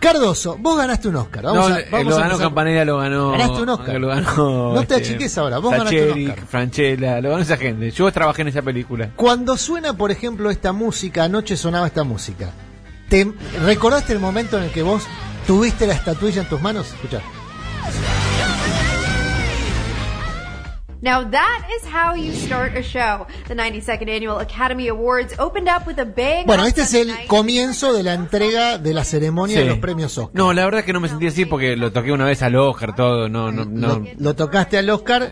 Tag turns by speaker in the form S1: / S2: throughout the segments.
S1: Cardoso, vos ganaste un Oscar. Vamos
S2: No,
S1: a,
S2: eh,
S1: vamos
S2: lo
S1: a
S2: ganó
S1: empezar-
S2: Campanella, lo ganó.
S1: Ganaste un Oscar.
S2: Lo ganó,
S1: No te achiques ahora, vos ganaste un
S2: Sacheri,
S1: Oscar.
S2: Franchella, lo ganó esa gente. Yo trabajé en esa película.
S1: Cuando suena, por ejemplo, esta música, anoche sonaba esta música. ¿Te recordaste el momento en el que vos tuviste la estatuilla en tus manos? Escucha.
S3: Now that is how you start a show. The 92nd Annual Academy Awards opened up with a bang.
S1: Bueno,
S3: on
S1: este es
S3: Sunday
S1: el
S3: night.
S1: comienzo de la entrega de la ceremonia de
S2: Sí.
S1: los premios Oscar.
S2: No, la verdad es que no me sentí así porque lo toqué una vez al Oscar, todo. No, no, no.
S1: Lo, lo tocaste al Oscar.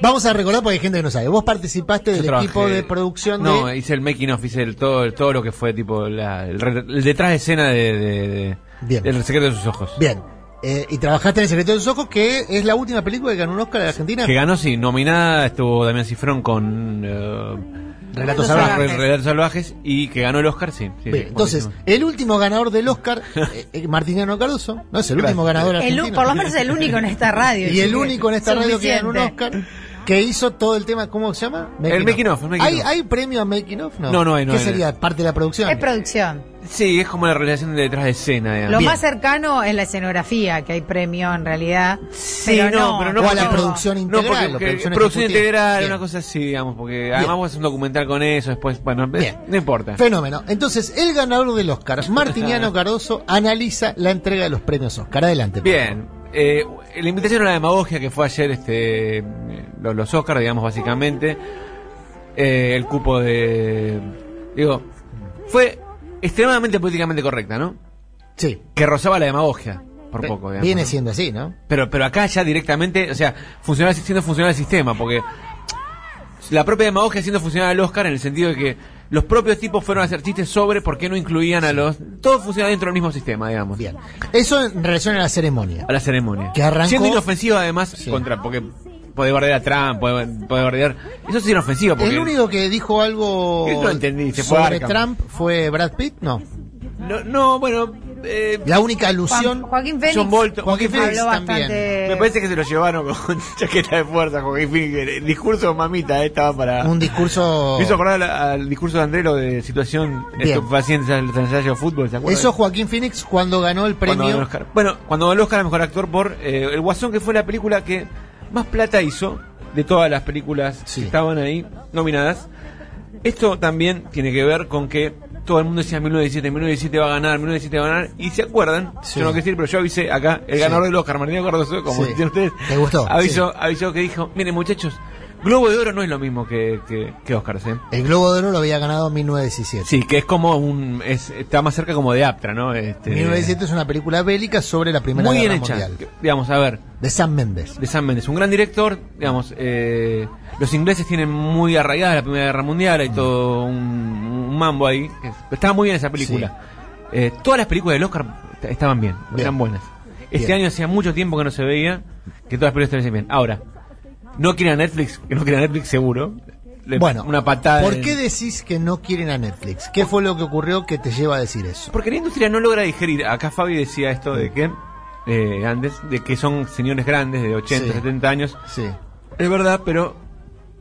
S1: Vamos a recordar porque hay gente que no sabe. Vos participaste
S2: Yo
S1: del
S2: trabajé-
S1: equipo de producción
S2: No,
S1: de
S2: hice el making of, hice el, todo, todo lo que fue tipo la- el, re- el detrás de escena de, de- de-
S1: Bien.
S2: del secreto de sus ojos.
S1: Bien. Eh, y trabajaste en El secreto de sus ojos, que es la última película que ganó un Oscar de Argentina.
S2: Que ganó, sí, nominada estuvo Damián Cifrón con eh,
S1: Relatos
S3: Salvajes.
S2: Re- Relatos Salvajes y que ganó el Oscar, sí. sí,
S1: Bien,
S2: sí,
S1: entonces,
S2: buenísimo.
S1: el último ganador del Oscar, eh, eh, Martiniano Cardoso, no es el último ganador
S4: El
S1: argentino.
S4: u- por lo menos el único en esta radio.
S1: y el
S4: chico.
S1: único en esta radio que ganó un
S4: Suficiente.
S1: Oscar que hizo todo el tema, ¿cómo se llama?
S2: El making of, el making
S1: ¿Hay,
S2: of.
S1: ¿Hay premio a Making of? No,
S2: No, no hay, no
S1: ¿Qué
S2: hay.
S1: sería? ¿Parte de la producción?
S4: Es producción.
S2: Sí, es como la relación de detrás de escena, digamos.
S4: Lo
S1: Bien.
S4: más cercano es la escenografía, que hay premio en realidad.
S2: Sí,
S4: pero
S2: no,
S4: no,
S2: pero no
S1: o a la
S2: porque-
S1: producción integral.
S2: no, porque,
S1: o
S2: porque
S1: producción
S2: producción
S1: ejecutiva.
S2: integral,
S1: Bien.
S2: una cosa así, digamos, porque además vos haces un documental con eso, después, bueno, es-
S1: Bien.
S2: no importa.
S1: Fenómeno. Entonces, el ganador del Oscar, Martiniano Cardoso, analiza la entrega de los premios Oscar. Adelante. por
S2: Bien, eh, la invitación a la demagogia que fue ayer este eh, los, los Oscar, digamos, básicamente, eh, el cupo de... Digo, fue extremadamente políticamente correcta, ¿no?
S1: favor. Sí.
S2: Que rozaba la demagogia, por poco, digamos.
S1: Viene
S2: ¿no?
S1: siendo así, ¿no?
S2: Pero, pero acá ya directamente, o sea, funcionaba siendo funcional el sistema, porque la propia demagogia siendo funcional al Oscar en el sentido de que los propios tipos fueron a hacer chistes sobre por qué no incluían a los... Todo funcionaba dentro del mismo sistema, digamos.
S1: Bien. Eso en relación a la ceremonia.
S2: A la ceremonia.
S1: Que arrancó-
S2: Siendo inofensiva además
S1: Sí.
S2: contra, porque puede bardear a Trump, puede, puede bardear... Eso es inofensivo, porque...
S1: El único que dijo algo
S2: Yo no entendí, se fue
S1: sobre
S2: Arkham.
S1: Trump fue Brad Pitt, no.
S2: No, no, bueno... eh,
S1: La única
S4: Juan-
S1: alusión.
S4: Joaquín Félix.
S2: John Bolton.
S1: Joaquín Phoenix
S4: habló
S1: también.
S4: bastante.
S2: me parece que se lo llevaron con chaqueta de fuerza, Joaquín Phoenix. El discurso mamita eh, estaba para...
S1: Un discurso.
S2: Me hizo acordar al, al discurso de Andrelo de situación
S1: Oh. Bien.
S2: estupefaciente al ensayo de fútbol, ¿se acuerdan?
S1: Eso Joaquín Phoenix cuando ganó el
S2: Cuando
S1: premio.
S2: ganó el Oscar. Bueno, cuando ganó el Oscar a Mejor Actor por eh, El Guasón, que fue la película que más plata hizo de todas las películas
S1: Sí.
S2: que estaban ahí nominadas. Esto también tiene que ver con que todo el mundo decía 1917, 1917 va a ganar, 1917 va a ganar. Y se acuerdan,
S1: Sí.
S2: yo no quiero decir, pero yo avisé acá, el ganador
S1: Sí.
S2: del Oscar, Martino Cardoso, como
S1: Sí.
S2: dicen ustedes,
S1: Te gustó,
S2: avisó,
S1: sí.
S2: avisó que dijo, miren muchachos, Globo de Oro no es lo mismo que, que, que Oscars, ¿eh?
S1: El Globo de Oro lo había ganado en 1917.
S2: Sí, que es como un. Es, está más cerca como de Aptra, ¿no? Este,
S1: 1917 es una película bélica sobre la Primera
S2: Muy bien
S1: Guerra
S2: hecha.
S1: Mundial.
S2: Que- Digamos, a ver,
S1: De Sam Mendes.
S2: de Sam Mendes, un gran director. Digamos, eh, los ingleses tienen muy arraigada la Primera Guerra Mundial,
S1: Mm.
S2: hay todo un, un mambo ahí. que es- Estaba muy bien esa película. Eh, todas las películas del Oscar est- estaban bien,
S1: Bien.
S2: eran buenas. Este
S1: Bien.
S2: año hacía mucho tiempo que no se veía que todas las películas estaban bien. Ahora, no quieren a Netflix, que no quieren a Netflix seguro. Le-
S1: Bueno,
S2: una patada.
S1: ¿por
S2: en-
S1: qué decís que no quieren a Netflix? ¿Qué fue lo que ocurrió que te lleva a decir eso?
S2: Porque la industria no logra digerir. Acá Fabi decía esto de que eh, antes, de que son señores grandes de 80,
S1: Sí.
S2: 70 años.
S1: Sí.
S2: Es verdad, pero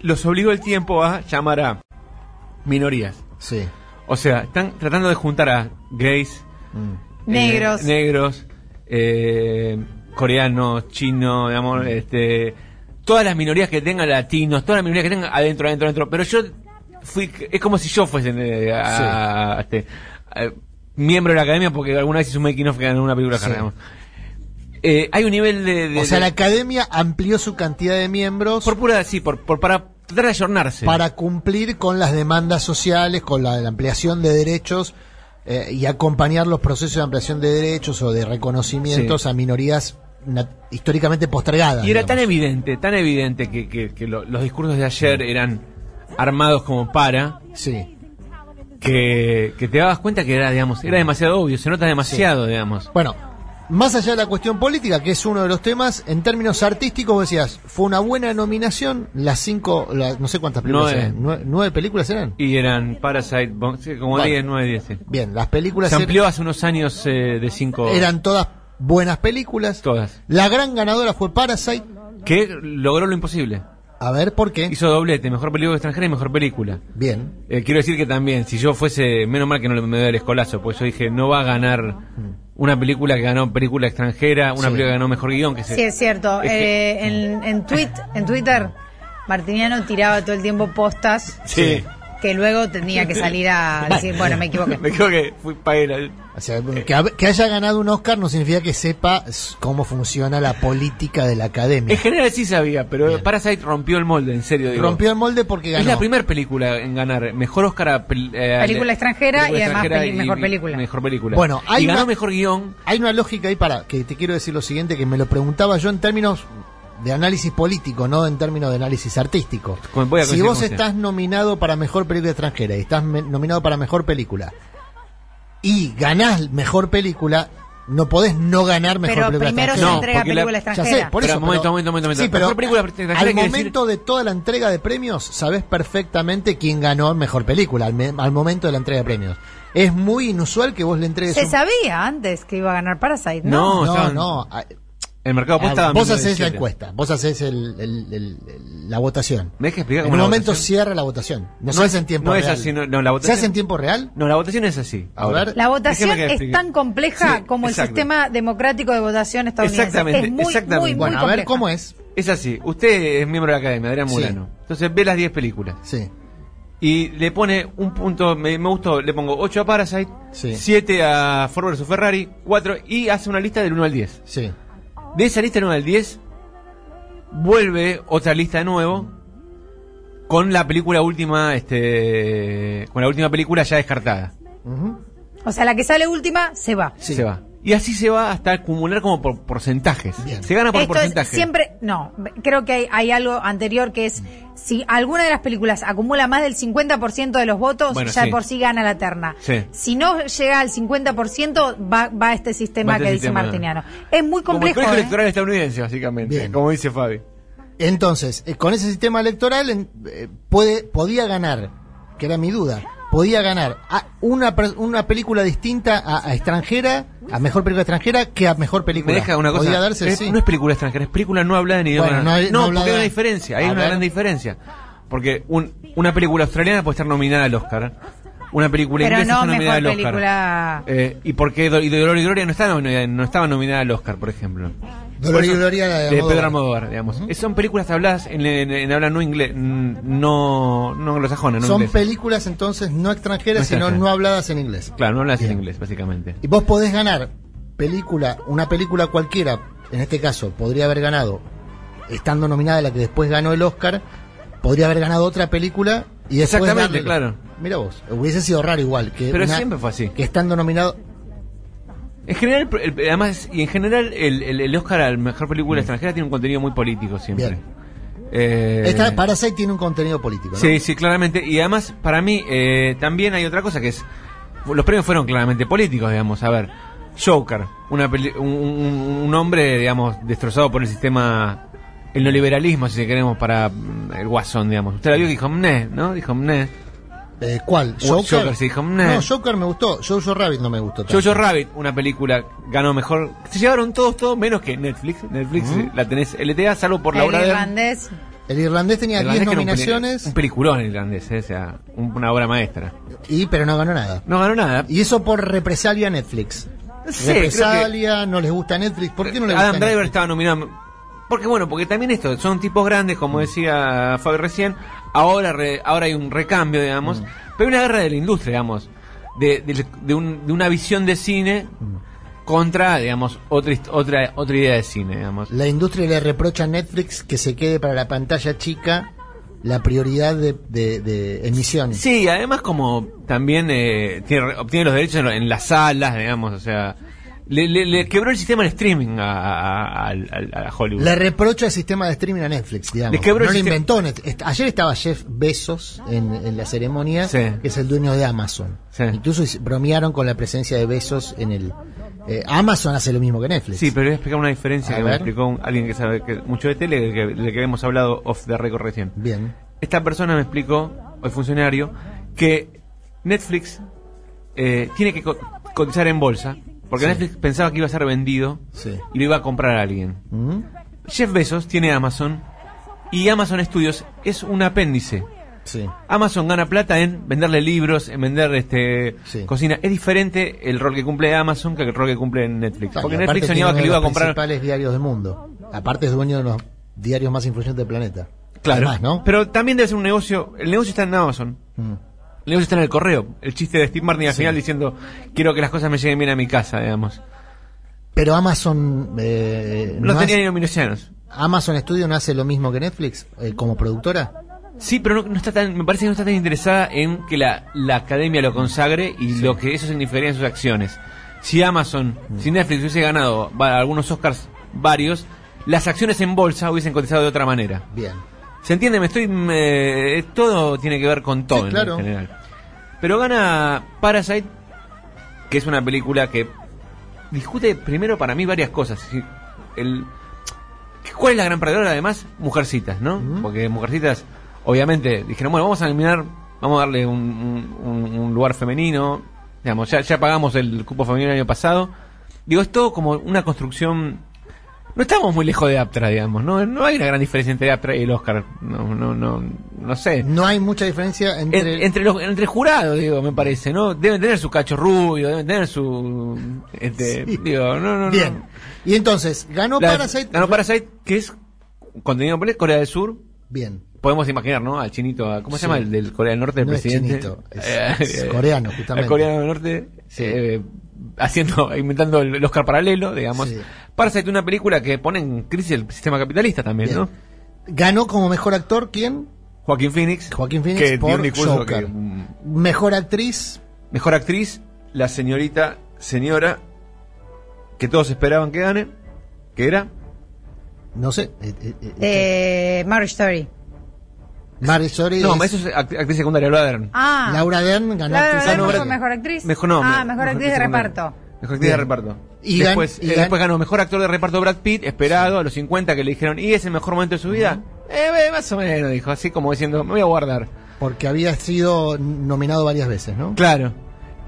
S2: los obligó el tiempo a llamar a minorías.
S1: Sí.
S2: O sea, están tratando de juntar a gays,
S1: Mm.
S4: Negros.
S2: eh, negros, eh, coreanos, chinos, digamos, este, todas las minorías que tengan latinos, todas las minorías que tengan adentro, adentro, adentro. Pero yo fui, es como si yo fuese eh, a- este, eh, miembro de la academia porque alguna vez hice un making of que ganó una película
S1: Sí.
S2: acá, digamos. Eh, hay un nivel de, de-
S1: O sea,
S2: de-
S1: la academia amplió su cantidad de miembros
S2: por pura, sí, por, por- para tratar de ayornarse.
S1: para cumplir con las demandas sociales, con la, la ampliación de derechos eh, y acompañar los procesos de ampliación de derechos o de reconocimientos
S2: Sí.
S1: a minorías na- históricamente postergadas.
S2: Y era
S1: digamos.
S2: tan evidente, tan evidente que, que- que lo- los discursos de ayer eran armados como para,
S1: Sí.
S2: que, que te dabas cuenta que era, digamos, era demasiado obvio, se nota demasiado, digamos.
S1: Bueno, más allá de la cuestión política, que es uno de los temas, en términos artísticos, vos decías, fue una buena nominación, las cinco, la- no sé cuántas películas
S2: Nueve.
S1: eran, nueve, nueve películas eran.
S2: Y eran Parasite, Bong- sí, como
S1: Bueno.
S2: 10, 9, 10. sí.
S1: Bien, las películas
S2: Se
S1: er-
S2: amplió hace unos años eh, de 5.
S1: eran todas buenas películas.
S2: Todas.
S1: La gran ganadora fue Parasite.
S2: Que logró lo imposible.
S1: A ver por qué.
S2: Hizo doblete, mejor película extranjera y mejor película.
S1: Bien.
S2: Eh, quiero decir que también, si yo fuese, menos mal que no le- me dio el escolazo, pues yo dije, no va a ganar Una película que ganó película extranjera, una
S1: Sí.
S2: película que ganó mejor guión, que se-
S4: Sí, es cierto.
S2: Es que-
S4: Eh, en, en, tweet, en Twitter, Martiniano tiraba todo el tiempo postas
S1: Sí.
S4: que luego tenía que salir a decir, bueno, me equivoqué.
S2: Me creo que fui pagué la-
S1: O sea,
S2: Eh.
S1: que, hab- que haya ganado un Oscar no significa que sepa s- cómo funciona la política de la academia.
S2: En general sí sabía, pero
S1: Bien.
S2: Parasite rompió el molde, en serio digo.
S1: Rompió el molde porque ganó.
S2: Es la primera película en ganar mejor Oscar a pel- eh,
S4: Película
S2: al-
S4: extranjera
S2: película
S4: y además
S2: extranjera
S4: peli- mejor película.
S2: Mejor película.
S1: Bueno, hay
S2: y ganó
S1: una-
S2: mejor guión.
S1: Hay una lógica ahí para que te quiero decir lo siguiente que me lo preguntaba yo en términos de análisis político, no en términos de análisis artístico.
S2: Con- voy a
S1: Si
S2: coincidir
S1: vos
S2: con usted.
S1: estás nominado para mejor película extranjera y estás me- nominado para mejor película y ganás mejor película, no podés no ganar mejor
S4: Pero
S1: película
S4: primero se
S1: extranjera.
S2: No,
S4: entrega
S2: porque la-
S4: película
S1: Ya
S4: extranjera.
S1: sé, por
S2: Pero,
S1: eso.
S2: momento, momento, momento, momento.
S1: Sí, pero
S2: Mejor película extranjera
S1: al
S2: quiere decir-
S1: momento de toda la entrega de premios, sabes perfectamente quién ganó mejor película al, me- al momento de la entrega de premios. Es muy inusual que vos le entregues
S4: Se
S1: un-
S4: sabía antes que iba a ganar Parasite, ¿no?
S2: No,
S1: No,
S2: estaban-
S1: no. ah,
S2: El mercado posta
S1: ah,
S2: estaba
S1: vos
S2: en
S1: hacés la
S2: 1917.
S1: encuesta, vos hacés el- el- el- el- la votación.
S2: ¿Me dejas explicar
S1: En
S2: cómo
S1: un
S2: la
S1: momento
S2: votación?
S1: cierra la votación. No,
S2: No
S1: se
S2: es-
S1: hace en tiempo
S2: no es
S1: real.
S2: así, no, no, la
S1: ¿Se
S2: votación-
S1: hace en tiempo real?
S2: No, la votación es así.
S1: A
S2: ahora.
S1: ver.
S4: La votación
S2: Déjeme que
S4: es
S2: explique.
S4: tan compleja
S2: Sí,
S4: como el
S2: exacto.
S4: sistema democrático de votación estadounidense.
S2: Exactamente,
S4: es muy,
S2: exactamente.
S4: Muy, muy
S1: Bueno, a ver
S4: compleja.
S1: cómo es.
S2: Es así. Usted es miembro de la academia, Adrián
S1: Sí.
S2: Murano. Entonces ve las 10 películas.
S1: Sí.
S2: Y le pone un punto, me, me gustó, le pongo 8 a Parasite,
S1: Sí.
S2: 7 a Ford vs Ferrari, 4 y hace una lista del 1 al 10.
S1: Sí.
S2: De esa lista del 1 al 10 vuelve otra lista de nuevo con la película última, este, con la última película ya descartada.
S1: Ujú.
S4: O sea, la que sale última se va.
S1: Sí.
S2: Se va. Y así se va hasta acumular como por porcentajes.
S1: Bien.
S2: Se gana por
S4: Esto es
S2: porcentaje.
S4: siempre, no, creo que hay, hay algo anterior que es, si alguna de las películas acumula más del 50% de los votos,
S2: Bueno,
S4: ya de
S2: sí.
S4: por sí gana la terna.
S2: Sí.
S4: Si no llega al 50%, va, va este sistema
S2: Va este
S4: que
S2: sistema.
S4: dice Martiniano. Es muy
S2: Como el
S4: complejo.
S2: colegio
S4: ¿eh?
S2: electoral estadounidense, básicamente,
S1: Bien.
S2: como dice Fabi.
S1: Entonces, eh, con ese sistema electoral en- eh, puede, podía ganar, que era mi duda, podía ganar a una, per- una película distinta a, a extranjera, a mejor película extranjera que a mejor
S2: Me
S1: película.
S2: deja una cosa.
S1: Podía darse,
S2: es-
S1: sí.
S2: No es película extranjera, es película no hablada ni idioma.
S1: Bueno, no
S2: no,
S1: hay- no hablada.
S2: porque hay una diferencia, hay
S1: A
S2: una
S1: ver.
S2: gran diferencia. Porque un- una película australiana puede estar nominada al Oscar. Una película
S4: Pero
S2: inglesa
S4: no
S2: está nominada al
S4: mejor
S2: Oscar.
S4: película-
S2: Eh, y porque Do- y Dolor y Gloria no estaba nominada, no estaba nominada al Oscar, por ejemplo.
S1: Dolor y Gloria de
S2: de
S1: Almodóvar.
S2: Pedro Almodóvar, digamos. Eh, Son películas habladas en, en- en habla no inglés, no, no anglosajona, no
S1: Son
S2: inglesa.
S1: películas entonces no extranjeras,
S2: No
S1: sino
S2: extranjeras.
S1: no habladas en inglés.
S2: Claro, no hablas en
S1: Bien.
S2: inglés, básicamente.
S1: Y vos podés ganar película, una película cualquiera, en este caso podría haber ganado, estando nominada la que después ganó el Oscar, podría haber ganado otra película y después
S2: Exactamente,
S1: darle-
S2: claro.
S1: Mira vos, hubiese sido raro igual que
S2: Pero
S1: una-
S2: siempre fue así.
S1: que estando nominado
S2: En general, el- el- además, y en general, el, el- el Oscar a la mejor película extranjera tiene un contenido muy político siempre.
S1: Bien.
S2: Eh,
S1: Esta Parasite tiene un contenido político, ¿no?
S2: Sí, sí, claramente. Y además, para mí, eh, también hay otra cosa que es. Los premios fueron claramente políticos, digamos. A ver, Joker, una peli- un, un- un hombre, digamos, destrozado por el sistema. El neoliberalismo, si queremos, para mm, el guasón, digamos. Usted la vio que dijo mne, ¿no? Dijo mne.
S1: Eh, ¿Cuál?
S2: Uh, Joker, sí, dijo, nah.
S1: no, Joker me gustó. Jojo Rabbit no me gustó. tanto.
S2: Jojo Rabbit, una película, ganó mejor. Se llevaron todos, todos, menos que Netflix. Netflix eh, la tenés LTA, salvo por la
S4: El
S2: obra de.
S4: irlandés.
S1: El irlandés tenía
S2: el
S1: 10
S2: irlandés que era un peli-
S1: nominaciones,
S2: Un peliculón el irlandés, eh, o sea, un- una obra maestra.
S1: y, pero no ganó nada.
S2: No ganó nada.
S1: Y eso por represalia a Netflix.
S2: Sí, creo que-
S1: represalia, no les gusta Netflix. ¿Por qué no les
S2: Adam
S1: gusta
S2: Driver
S1: Netflix?
S2: estaba nominado. Porque bueno, porque también esto, son tipos grandes, como decía Fabi recién, ahora re- ahora hay un recambio, digamos, pero hay una guerra de la industria, digamos, de, de- de un- de una visión de cine contra, digamos, otra hist- otra otra idea de cine, digamos.
S1: La industria le reprocha a Netflix que se quede para la pantalla chica la prioridad de, de- de emisiones.
S2: Sí, además como también eh, tiene- obtiene los derechos en, lo- en las salas, digamos, o sea, le, le- le quebró el sistema de streaming a, a- a- a- a Hollywood.
S1: Le reprocha el sistema de streaming a Netflix, digamos.
S2: Le quebró
S1: no
S2: el
S1: lo
S2: sistema-
S1: inventó Netflix. Est- Ayer estaba Jeff Bezos en, en la ceremonia,
S2: Sí.
S1: que es el dueño de Amazon.
S2: Sí.
S1: Incluso hic- bromearon con la presencia de Bezos en el... eh, Amazon hace lo mismo que Netflix.
S2: Sí, pero voy a explicar una diferencia
S1: A
S2: que me
S1: ver.
S2: explicó un- alguien que sabe que mucho de tele, que, de que hemos hablado off the record recién.
S1: Bien.
S2: Esta persona me explicó, el funcionario, que Netflix eh, tiene que co- cotizar en bolsa, porque
S1: Sí.
S2: Netflix pensaba que iba a ser vendido
S1: Sí.
S2: y lo iba a comprar a alguien.
S1: ¿Mm?
S2: Jeff Bezos tiene Amazon y Amazon Studios es un apéndice.
S1: Sí.
S2: Amazon gana plata en venderle libros, en vender este
S1: Sí.
S2: cocina. Es diferente el rol que cumple Amazon que el rol que cumple Netflix. Porque
S1: Y aparte
S2: Netflix
S1: tiene
S2: soñaba
S1: uno
S2: que
S1: de
S2: le iba a
S1: los
S2: comprar
S1: principales diarios del mundo. Aparte es dueño de los diarios más influyentes del planeta.
S2: Claro.
S1: Además, ¿no?
S2: Pero también debe ser un negocio. El negocio está en Amazon.
S1: Mm.
S2: El negocio está en el correo. El chiste de Steve Martin al final diciendo: Quiero que las cosas me lleguen bien a mi casa, digamos.
S1: Pero Amazon eh,
S2: No,
S1: no
S2: tenía ni
S1: hace-
S2: nominaciones.
S1: Amazon Studio no hace lo mismo que Netflix eh, como productora.
S2: Sí, pero no, no está tan, me parece que no está tan interesada en que la, la academia lo consagre y lo que eso significaría en sus acciones. Si Amazon,
S1: Mm.
S2: si Netflix hubiese ganado va, algunos Oscars varios, las acciones en bolsa hubiesen cotizado de otra manera.
S1: Bien.
S2: ¿Se entiende? Me estoy. me- eh, todo tiene que ver con todo
S1: Sí,
S2: en
S1: claro.
S2: general. Pero gana Parasite, que es una película que discute primero para mí varias cosas. Si El, ¿Cuál es la gran perdedora? Además, Mujercitas, ¿no?
S1: Ujú.
S2: Porque Mujercitas, obviamente, dijeron, bueno, vamos a eliminar, vamos a darle un, un- un- un lugar femenino. Digamos, ya, ya pagamos el cupo femenino el año pasado. Digo, es todo como una construcción no estamos muy lejos de Aptra, digamos, ¿no? No hay una gran diferencia entre Aptra y el Oscar. No, no, no, no sé.
S1: No hay mucha diferencia
S2: En-
S1: entre...
S2: Entre, los, entre el jurado, digo, me parece, ¿no? Deben tener su cacho rubio, deben tener su... Este,
S1: Sí.
S2: Digo, no, no, no.
S1: Bien. Y entonces, ganó
S2: La-
S1: Parasite.
S2: ganó Parasite, que es contenido por Corea del Sur.
S1: Bien.
S2: Podemos imaginar, ¿no? Al chinito, a- ¿cómo se
S1: Sí.
S2: llama? El del Corea del Norte, el
S1: No es
S2: presidente. Eh,
S1: chinito, es- es coreano, justamente.
S2: El coreano del Norte, eh, haciendo, inventando el, el Oscar paralelo, digamos.
S1: Sí.
S2: Parasite, una película que pone en crisis el sistema capitalista también,
S1: bien.
S2: ¿no?
S1: Ganó como mejor actor, ¿quién?
S2: Joaquín Phoenix.
S1: Joaquín Phoenix
S2: que dio
S1: por
S2: un discurso
S1: Joker.
S2: que, mm,
S1: Mejor actriz,
S2: mejor actriz, la señorita, señora, que todos esperaban que gane, que era
S1: no sé. eh, eh, eh,
S4: Eh, Marriage Story.
S1: Mary Story
S2: No,
S1: es-
S2: eso es act- actriz secundaria, Laura Dern.
S4: Ah.
S1: Laura Dern ganó
S4: Laura
S1: actriz
S4: Dern
S1: secundaria.
S4: fue mejor actriz.
S2: Mejor no.
S4: Ah,
S2: me-
S4: mejor actriz de
S2: secundaria.
S4: reparto.
S2: Mejor actriz de
S1: Bien.
S2: reparto.
S1: Y gan-
S2: después,
S1: y
S2: eh,
S1: gan-
S2: después ganó mejor actor de reparto Brad Pitt, esperado, a los 50 que le dijeron, ¿y es el mejor momento de su vida? Eh, eh, más o menos, dijo, así como diciendo, me voy a guardar.
S1: Porque había sido nominado varias veces, ¿no?
S2: Claro.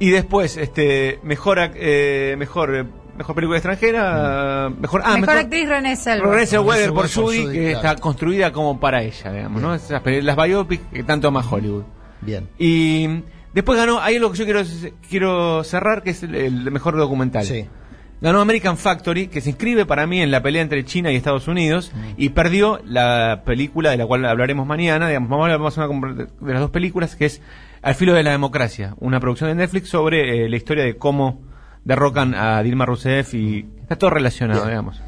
S2: Y después, este, mejor, ac- eh, mejor, eh, mejor película extranjera, mejor, ah,
S4: mejor actriz René Selva.
S1: Progressive
S2: Progressive Weather por
S1: Weather por
S2: Judy,
S1: Judy,
S2: que
S1: claro.
S2: está construida como para ella, digamos, ¿no? Esas peli- las biopics que tanto ama Hollywood.
S1: Bien.
S2: Y después ganó, ahí es lo que yo quiero, quiero cerrar, que es el, el mejor documental.
S1: Sí.
S2: Ganó American Factory, que se inscribe para mí en la pelea entre China y Estados Unidos,
S1: Mm.
S2: y perdió la película de la cual hablaremos mañana, digamos, vamos a hablar vamos a hacer una compar- de las dos películas, que es Al filo de la democracia, una producción de Netflix sobre eh, la historia de cómo derrocan a Dilma Rousseff y está todo relacionado,
S1: Bien.
S2: digamos.